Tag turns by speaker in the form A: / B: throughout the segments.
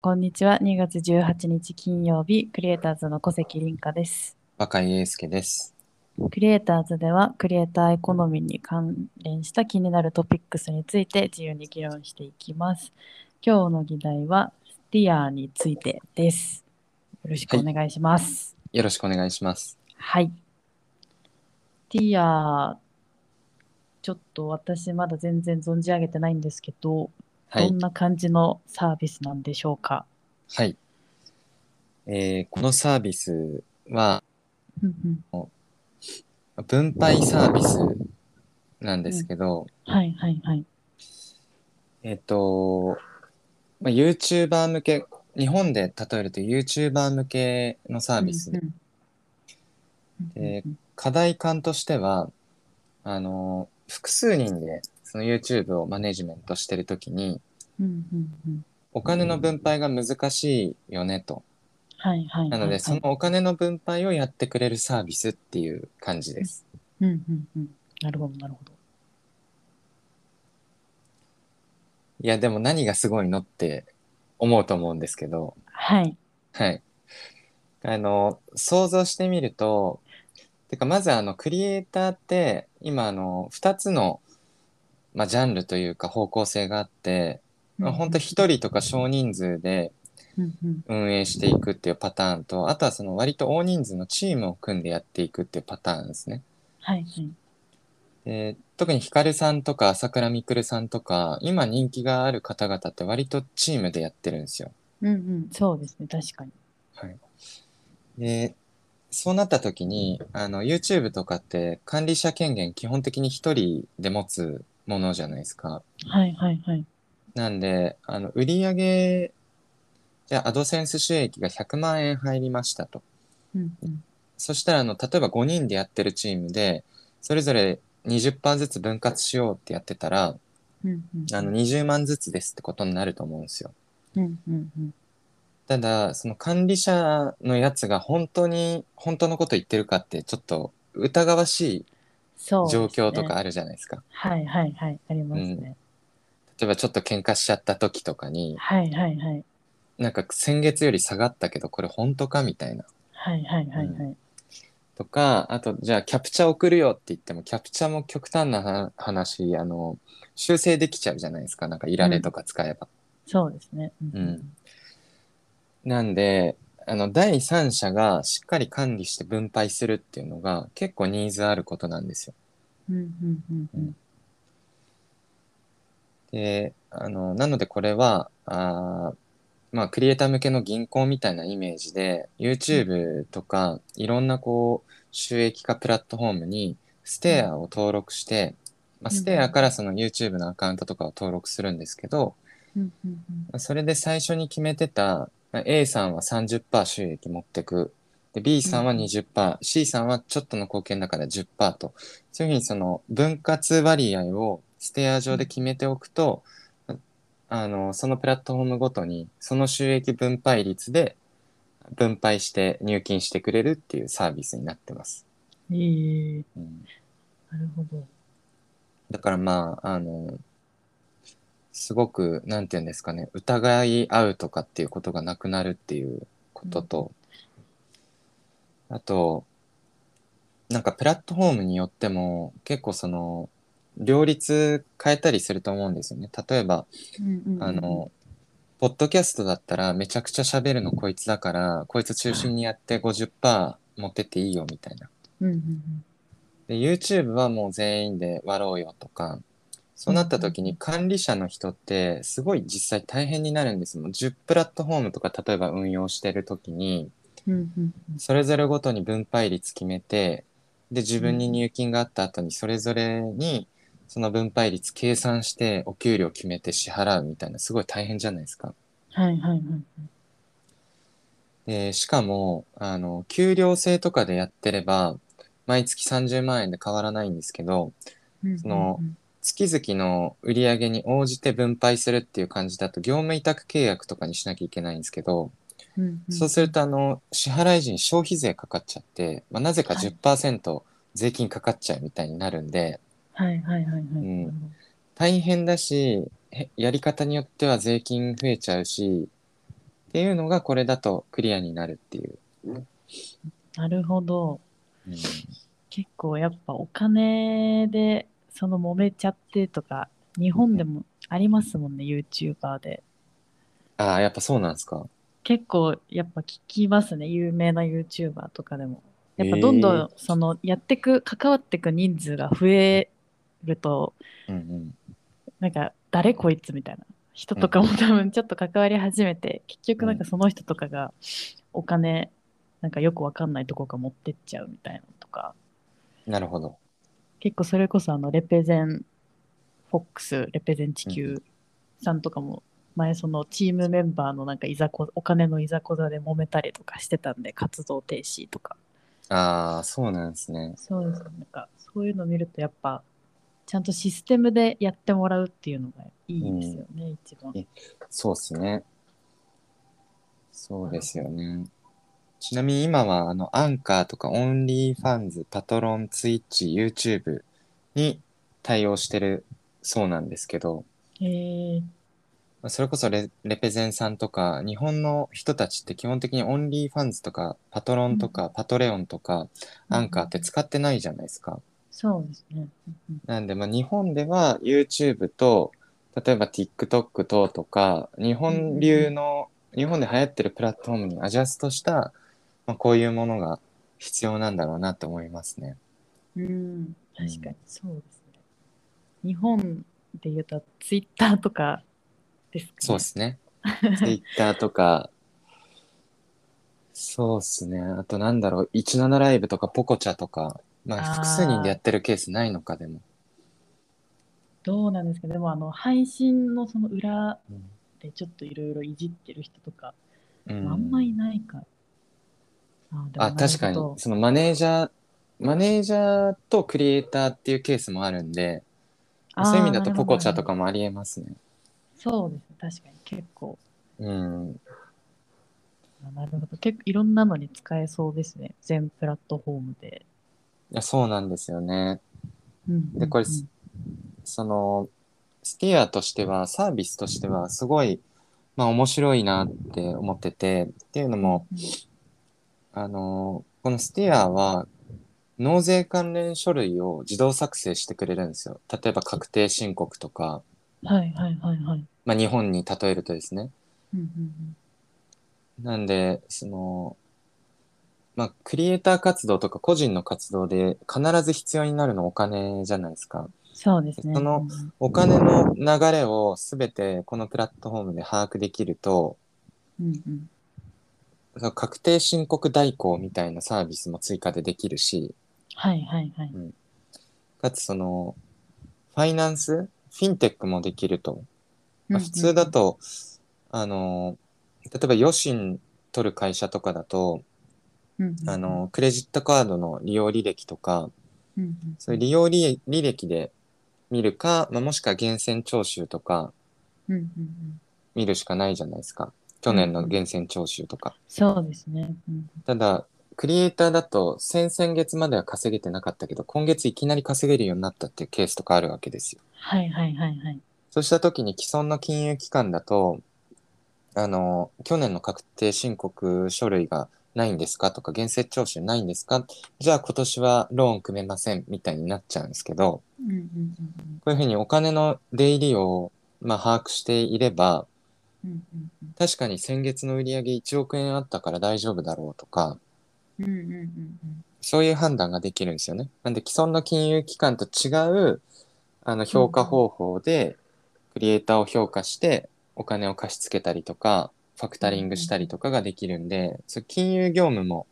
A: こんにちは。2月18日金曜日、クリエイターズの小関凛香です。
B: 若井英介です。
A: クリエイターズでは、クリエイターエコノミーに関連した気になるトピックスについて自由に議論していきます。今日の議題は、スティアーについてです。よろしくお願いします。
B: よろしくお願いします。
A: はい。ティア、ちょっと私まだ全然存じ上げてないんですけど、
B: は
A: ど
B: い
A: ん。な感じのサービスなんでしょうか。
B: はい。えーこのサービスは
A: うんうん
B: 分配サービスなんですけど、
A: はいはいはい。
B: えっ、と、まあ、YouTuber 向け、日本で例えると YouTuber 向けのサービスで、
A: うんうん
B: で
A: うん
B: 課題感としては、あの、複数人でその YouTube をマネジメントしてるときに、
A: うんうんうん
B: お金の分配が難しいよねと。
A: はいはいはいはい。
B: なので、そのお金の分配をやってくれるサービスっていう感じです。
A: うんうんうん。なるほどなるほど。
B: いや、でも何がすごいのって思うと思うんですけど、
A: はい。
B: はい。あの、想像してみると、てか、まずあの、クリエイターって、今あの、二つの、まあ、ジャンルというか方向性があって、まあ、本当一人とか少人数で
A: うんうん
B: 運営していくっていうパターンと、あとはその割と大人数のチームを組んでやっていくっていうパターンですね。
A: はいはい。
B: で特にヒカルさんとか朝倉未来さんとか今人気がある方々って割とチームでやってるんですよ。
A: うんうん。そうですね、確かに。
B: はい、でそうなった時にあの YouTube とかって管理者権限基本的に一人で持つものじゃないですか。
A: はいはいはい。
B: なんであの売上じゃあアドセンス収益が100万円入りましたと。
A: うんうん
B: そしたらあの例えば5人でやってるチームでそれぞれ20%ずつ分割しようってやってたら
A: うんうん
B: あの20万ずつですってことになると思うんですよ。
A: うんうんうん
B: ただその管理者のやつが本当に本当のこと言ってるかってちょっと疑わしい
A: そうです
B: 状
A: ね
B: 況とかあるじゃないですか。
A: はいはいはい。ありますね。
B: 例えばちょっと喧嘩しちゃった時とかに
A: はいはいはい。
B: なんか先月より下がったけどこれ本当かみたいな。
A: はいはいはいはい。
B: とかあとじゃあキャプチャ送るよって言ってもキャプチャも極端なは話あの修正できちゃうじゃないですかなんかいられとか使えば。
A: そうですね。う
B: うんなんで、あの、第三者がしっかり管理して分配するっていうのが結構ニーズあることなんですよ。
A: うんうんうんうん
B: で、あの、なのでこれは、あーまあ、クリエイター向けの銀行みたいなイメージで、YouTube とかいろんなこう、収益化プラットフォームにステアを登録して、まあ、ステアからその YouTube のアカウントとかを登録するんですけど、
A: うんうんうん
B: それで最初に決めてたまあ A さんは30%収益持ってく。で B さんは
A: うん
B: 20%C さんはちょっとの貢献だから10%とそういうふうにその分割割合をステア上で決めておくと、あのそのプラットフォームごとにその収益分配率で分配して入金してくれるっていうサービスになってます。
A: ええ
B: うん
A: なるほど。
B: だからまあ、あの、すごく、なんていうんですかね、疑い合うとかっていうことがなくなるっていうことと、あと、なんかプラットフォームによっても結構その、両立変えたりすると思うんですよね。例えば、
A: うんうんうん
B: あの、ポッドキャストだったらめちゃくちゃ喋るのこいつだから、こいつ中心にやって50%持ってっていいよみたいな。
A: うんうん
B: で YouTube はもう全員で割ろうよとかそうなった時に管理者の人ってすごい実際大変になるんですもん10プラットフォームとか例えば運用してる時に
A: うんうんうんうん
B: それぞれごとに分配率決めてで自分に入金があった後にそれぞれにその分配率計算してお給料決めて支払うみたいなすごい大変じゃないですか。
A: はいはいはい。
B: でしかもあの給料制とかでやってれば毎月30万円で変わらないんですけど
A: うんうんうん
B: その月々の売り上げに応じて分配するっていう感じだと業務委託契約とかにしなきゃいけないんですけど、
A: うんうん
B: そうするとあの支払い時に消費税かかっちゃって、まあ、なぜか
A: はい
B: 10%税金かかっちゃうみたいになるんで、
A: はいはいはいはい。
B: ん
A: なるほど
B: 大変だしへやり方によっては税金増えちゃうしっていうのがこれだとクリアになるっていう。
A: なるほど。
B: うん
A: 結構やっぱお金でその揉めちゃってとか、日本でもありますもんね、YouTuber で。
B: ああ、やっぱそうなんですか。
A: 結構やっぱ聞きますね、有名な YouTuber とかでも。やっぱどんど
B: えー
A: んそのやってく、関わってく人数が増えると、
B: うんうん。
A: なんか誰こいつみたいな人とかも多分ちょっと関わり始めて、結局なんかその人とかがお金なんかよくわかんないとこから持ってっちゃうみたいなのとか
B: なるほど。
A: 結構それこそあのレペゼンフォックスレペゼン地球さんとかも前そのチームメンバーのなんかいざこお金のいざこざで揉めたりとかしてたんで活動停止とか
B: ああ、そうなんですね。
A: そうですねなんかそういうの見るとやっぱちゃんとシステムでやってもらうっていうのがいいですよね、一番。
B: そうですね。そうですよね。ちなみに今は、あの、アンカーとか、オンリーファンズ、パトロン、ツイッチ、YouTube に対応してるそうなんですけど、
A: えー
B: まあそれこそレレペゼンさんとか日本の人たちって基本的にオンリーファンズとかパトロンとかパトレオンとかアンカーって使ってないじゃないですか。
A: そうですね。うん
B: なんでまあ日本では YouTube と例えば TikTok 等とか日本流の日本で流行ってるプラットフォームにアジャストした、まあ、こういうものが必要なんだろうなと思いますね。
A: うん、確かにそうですね。日本で言うと、ツイッターとかですか、ね、
B: そうですね。Twitter とか、そうですね。あとなんだろう、17ライブとかポコチャとか、まあ
A: あー
B: 複数人でやってるケースないのかでも。
A: どうなんですかでも、あの、配信のその裏
B: うん
A: でちょっといろいろいじってる人とか、
B: うん
A: あんまいないか。あ
B: あ、確かに、
A: そ
B: そのマネージャー、マネージャーとクリエイターっていうケースもあるんで、そういう意味だとポコチャとか
A: も。
B: もありえますね。
A: そうですね、確かに結構。
B: うん、
A: あなるほど。結構いろんなのに使えそうですね。全プラットフォームで。
B: いやそうなんですよね。
A: うん
B: でこれ
A: うん
B: そのスティアとしてはサービスとしてはすごい、まあ、面白いなって思っててっていうのも
A: うん
B: あのこのスティアは納税関連書類を自動作成してくれるんですよ例えば確定申告とか、
A: はいはいはいはい。
B: まあ、日本に例えるとですね
A: うんうん
B: なんでそのまあクリエイター活動とか個人の活動で必ず必要になるのはお金じゃないですか。
A: うん、そうですね。
B: その
A: うん
B: お金の流れをすべてこのプラットフォームで把握できると、
A: うんうん、
B: その確定申告代行みたいなサービスも追加でできるし、
A: はいはいはい。
B: かつその、ファイナンス、フィンテックもできると。まあ、普通だと、あの、例えば余震取る会社とかだと、
A: うんうんうん、
B: あの、クレジットカードの利用履歴とか、
A: うんうん、
B: そういう利用履履歴で見るか、まあ、もしくは源泉徴収とか
A: うんうんうん、
B: 見るしかないじゃないですか。去年の源泉徴収とか。
A: そうですね。うん、
B: ただ、クリエイターだと先々月までは稼げてなかったけど、今月いきなり稼げるようになったっていうケースとかあるわけですよ。
A: はいはいはいはい。
B: そうした時に既存の金融機関だと、あの、去年の確定申告書類がないんですかとか、源泉徴収ないんですかじゃあ今年はローン組めませんみたいになっちゃうんですけど、
A: うんうんうん
B: こういうふうにお金の出入りを、まあ、把握していれば、
A: うんうんうんうん
B: 確かに先月の売り上げ1億円あったから大丈夫だろうとか、
A: うんうんうんうん
B: そういう判断ができるんですよね。なんで既存の金融機関と違うあの評価方法でクリエイターを評価してお金を貸し付けたりとかファクタリングしたりとかができるんで、そう金融業務も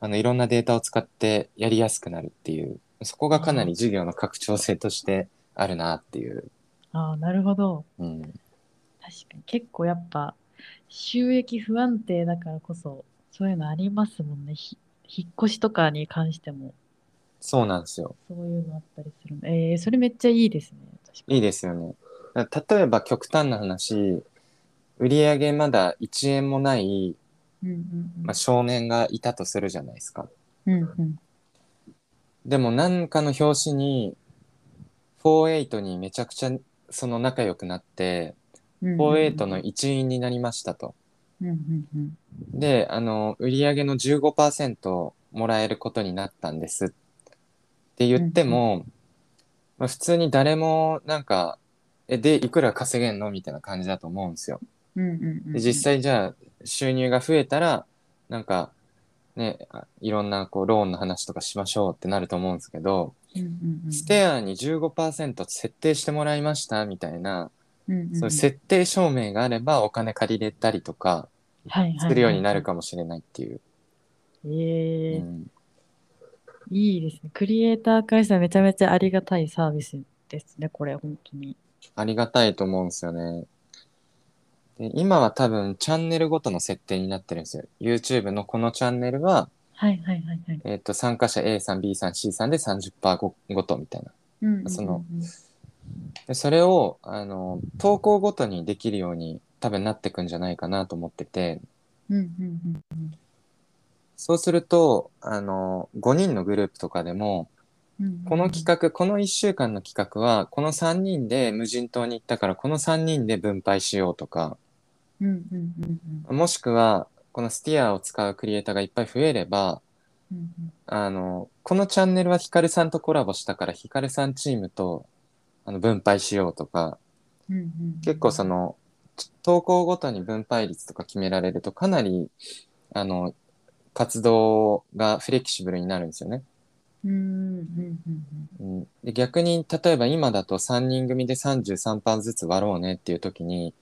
B: あのいろんなデータを使ってやりやすくなるっていうそこがかなり事業の拡張性としてあるなっていう。
A: ああ、なるほど。
B: うん、
A: 確かに結構やっぱ収益不安定だからこそそういうのありますもんね。ひ引っ越しとかに関しても
B: そうなんですよ。
A: そういうのあったりするの。えー、それめっちゃいいですね。確か
B: いいですよね。だから例えば極端な話売上まだ1円もない
A: に。うんうんうん。
B: まあ、少年がいたとするじゃないですか。
A: うんうん。
B: でも何かの表紙に48にめちゃくちゃその仲良くなって
A: うんうんうん
B: 48の一員になりましたと。
A: うんうんうん
B: で、あの、売り上げの15%もらえることになったんですって言っても、まあ、普通に誰もなんか、え、で、いくら稼げんのみたいな感じだと思うんですよ。
A: うんうんうん
B: で実際じゃあ収入が増えたら、なんか、ね、あいろんなこうローンの話とかしましょうってなると思うんですけど、
A: うんうんうん
B: ステアに15%設定してもらいましたみたいな、
A: うんうん
B: そういう設定証明があればお金借りれたりとかするようになる。かもしれないっていう。
A: はいはいはいえ
B: う
A: ー
B: ん
A: いいですね。クリエイターからしたらめちゃめちゃありがたいサービスですね、これ、本当に。
B: ありがたいと思うんですよね。で今は多分チャンネルごとの設定になってるんですよ。YouTube のこのチャンネルは、
A: はいはいはいはい。
B: えっと参加者 A さん B さん C さんで30%ごごとみたいな。
A: うんうんうんうん
B: その、でそれをあの投稿ごとにできるように多分なってくんじゃないかなと思ってて
A: うんうんうん
B: そうするとあの5人のグループとかでも
A: うんうんうん
B: この企画この1週間の企画はこの3人で無人島に行ったからこの3人で分配しようとか
A: うんうんうんうん
B: もしくはこのスティアを使うクリエイターがいっぱい増えれば
A: うんうん
B: あのこのチャンネルはヒカルさんとコラボしたからヒカルさんチームとあの分配しようとか
A: うんうん
B: 結構そのち投稿ごとに分配率とか決められるとかなりあの活動がフレキシブルになるんですよね。
A: うんうんうんうん
B: うん、で逆に例えば今だと3人組で33パーずつ割ろうねっていう時に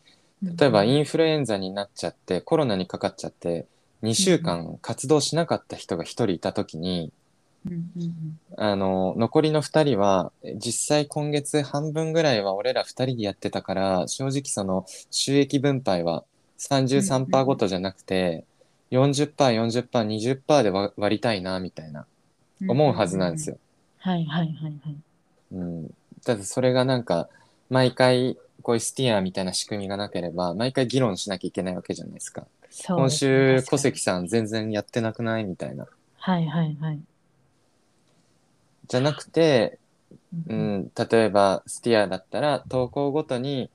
A: うん
B: 例えばインフルエンザになっちゃってコロナにかかっちゃって2週間活動しなかった人が1人いた時に
A: うんうん
B: あの残りの2人はえ実際今月半分ぐらいは俺ら2人でやってたから正直その収益分配は33%ごとじゃなくて 40%40%20% で割割りたいなみたいな
A: うん
B: 思うはずなんですよ。。
A: はいはいはいはい。
B: うん、ただそれがなんか毎回こういうスティアみたいな仕組みがなければ毎回議論しなきゃいけないわけじゃないですか。
A: そう
B: 今
A: ですね
B: 週
A: 確か
B: 小
A: に
B: 関さん全然やってなくないみたいな。
A: はいはいはい。
B: じゃなくて
A: う
B: うんん、例えばスティアだったら投稿ごとに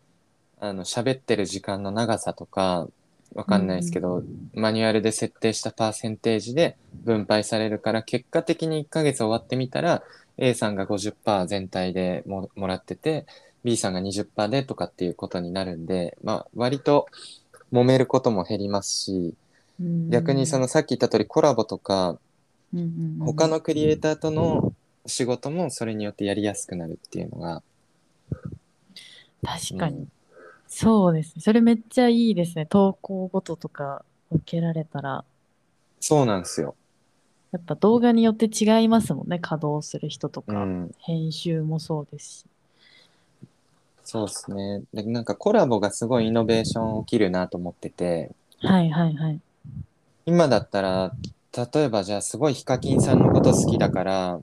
B: あの喋ってる時間の長さとかわかんないですけど、マニュアルで設定したパーセンテージで分配されるから結果的に1ヶ月終わってみたら A さんが50%全体でももらってて B さんが20%でとかっていうことになるんで、まあ、割と揉めることも減りますし
A: うん
B: 逆にそのさっき言った通りコラボとか
A: うんうんうん
B: 他のクリエイターとの仕事もそれによってやりやすくなるっていうのが
A: 確かに、そうですねそれめっちゃいいですね投稿ごととか受けられたら
B: そうなんですよ。
A: やっぱ動画によって違いますもんね稼働する人と
B: う
A: か、
B: ん。
A: 編集もそうですし
B: そうですね。で、なんかコラボがすごいイノベーション起きるなと思ってて、
A: はいはいはい
B: 今だったら、例えばじゃあすごいヒカキンさんのこと好きだから、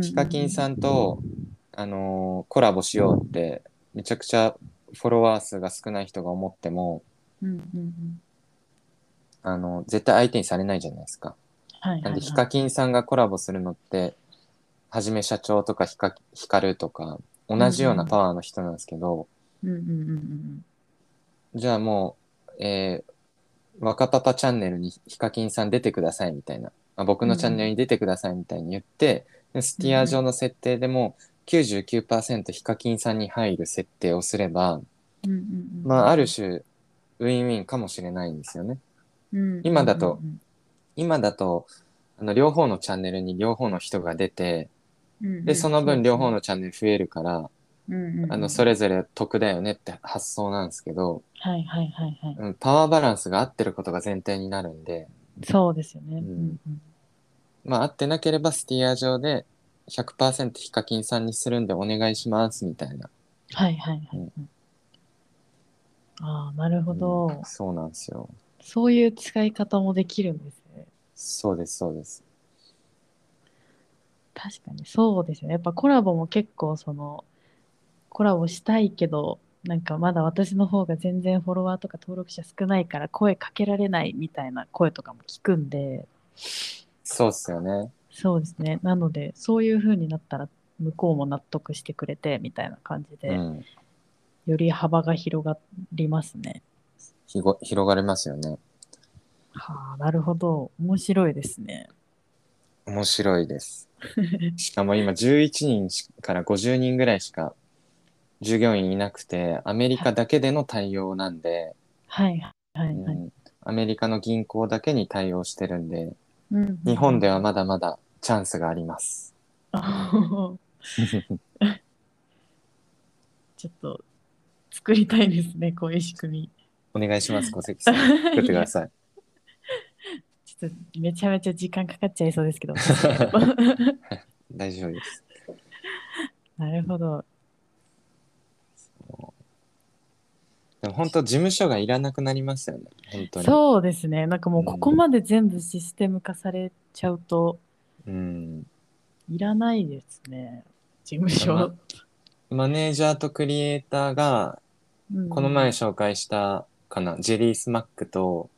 B: ヒカキンさ
A: ん
B: んと、あのーコラボしようって、めちゃくちゃフォロワー数が少ない人が思っても、
A: うんうんうん
B: あの、絶対相手にされないじゃないですか。
A: はいは
B: ないん
A: は
B: で
A: い
B: ヒカキンさんがコラボするのって、はじめ社長とかヒカヒカルとか、同じようなパワーの人なんですけど、
A: うんうんうんうん
B: じゃあもう、えー、若パパチャンネルにヒカキンさん出てくださいみたいな、あ僕のチャンネルに出てくださいみたいに言って、でスティア上の設定でも99%ヒカキンさんに入る設定をすれば、
A: うんうんうん
B: まあ、ある種、ウィンウィンかもしれないんですよね。今だと今だと、あの、両方のチャンネルに両方の人が出て、で、その分両方
A: の
B: のチャンネル増えるから、あの、そ
A: れ
B: れぞれ得だよねって発想なんですけど、
A: はいはいはいはい
B: うん、パワーバランスが合ってることが前提になるんで、
A: そうですよね、
B: うん
A: うんうん
B: まあ、合ってなければスティア上で100%ヒカキンさんにするんでお願いしますみたいな。
A: はいはいはい、はいああなるほど、
B: うんそうなんですよ。
A: そういう使い方もできるんですね。
B: そうです、そうです。
A: 確かにそうですよね。やっぱコラボも結構そのコラボしたいけどなんかまだ私の方が全然フォロワーとか登録者少ないから声かけられないみたいな声とかも聞くんで
B: そうっすよね。
A: そうですねなのでそういう風になったら向こうも納得してくれてみたいな感じで、
B: うん。
A: より幅が広がりますね。
B: ひご広がりますよね。
A: はあ、なるほど。面白いですね。
B: 面白い です。しかも今11人しから50人ぐらいしか従業員いなくて、アメリカだけでの対応なんで、
A: はいはいは
B: う
A: い。
B: ん、アメリカの銀行だけに対応してるんで、
A: うん
B: 日本ではまだまだチャンスがあ ります。
A: あちょっと作りたいですね、こういう仕組
B: お願いします、小関
A: み
B: さん。作。ってください。
A: ちょっとめちゃめちゃ時間かかっちゃいそうです けど。
B: 大丈夫です。
A: なるほど。
B: でも本当事務所がいらなくなりますよね。本当に。
A: そうですね。なんかもうここまで全部システム化されちゃうと
B: うん。
A: いらないですね。事務
B: まあ
A: 所。
B: マネージャーとクリエイターが、
A: うん
B: この前、紹介したかな、ジェリースマックと、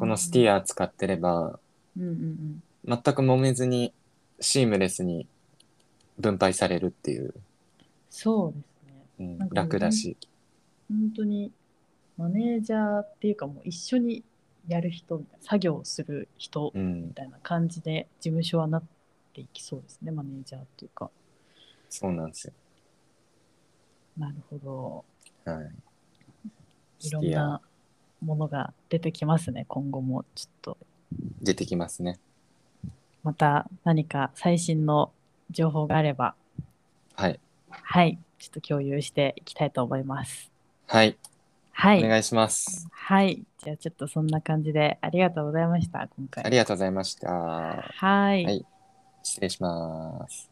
B: このステ
A: ア。
B: ィアー使ってれば、
A: うんうんうん。
B: 全く揉めずに、シームレスに分配されるっていう、
A: そうですね。
B: うん
A: なんかね
B: 楽だし。
A: 本当にマネージャーっていうかもう一緒にやる人みたいな作業する人
B: うん
A: み。たいな感じで事務所はなっていきそうですねマネージャーっていうか
B: そうなんですよ。
A: なるほど
B: はい。
A: い
B: ステ
A: ろん
B: ィア
A: なものが出てきますね今後もちょっと
B: 出てきますね。
A: また何か最新の情報があれば
B: はい。
A: はいちょっと共有していきたいと思います
B: はい。
A: は
B: お
A: い
B: 願いします。
A: はいじゃあちょっとそんな感じでありがとうございました今回
B: ありがとうございました。
A: はい
B: はい失礼します。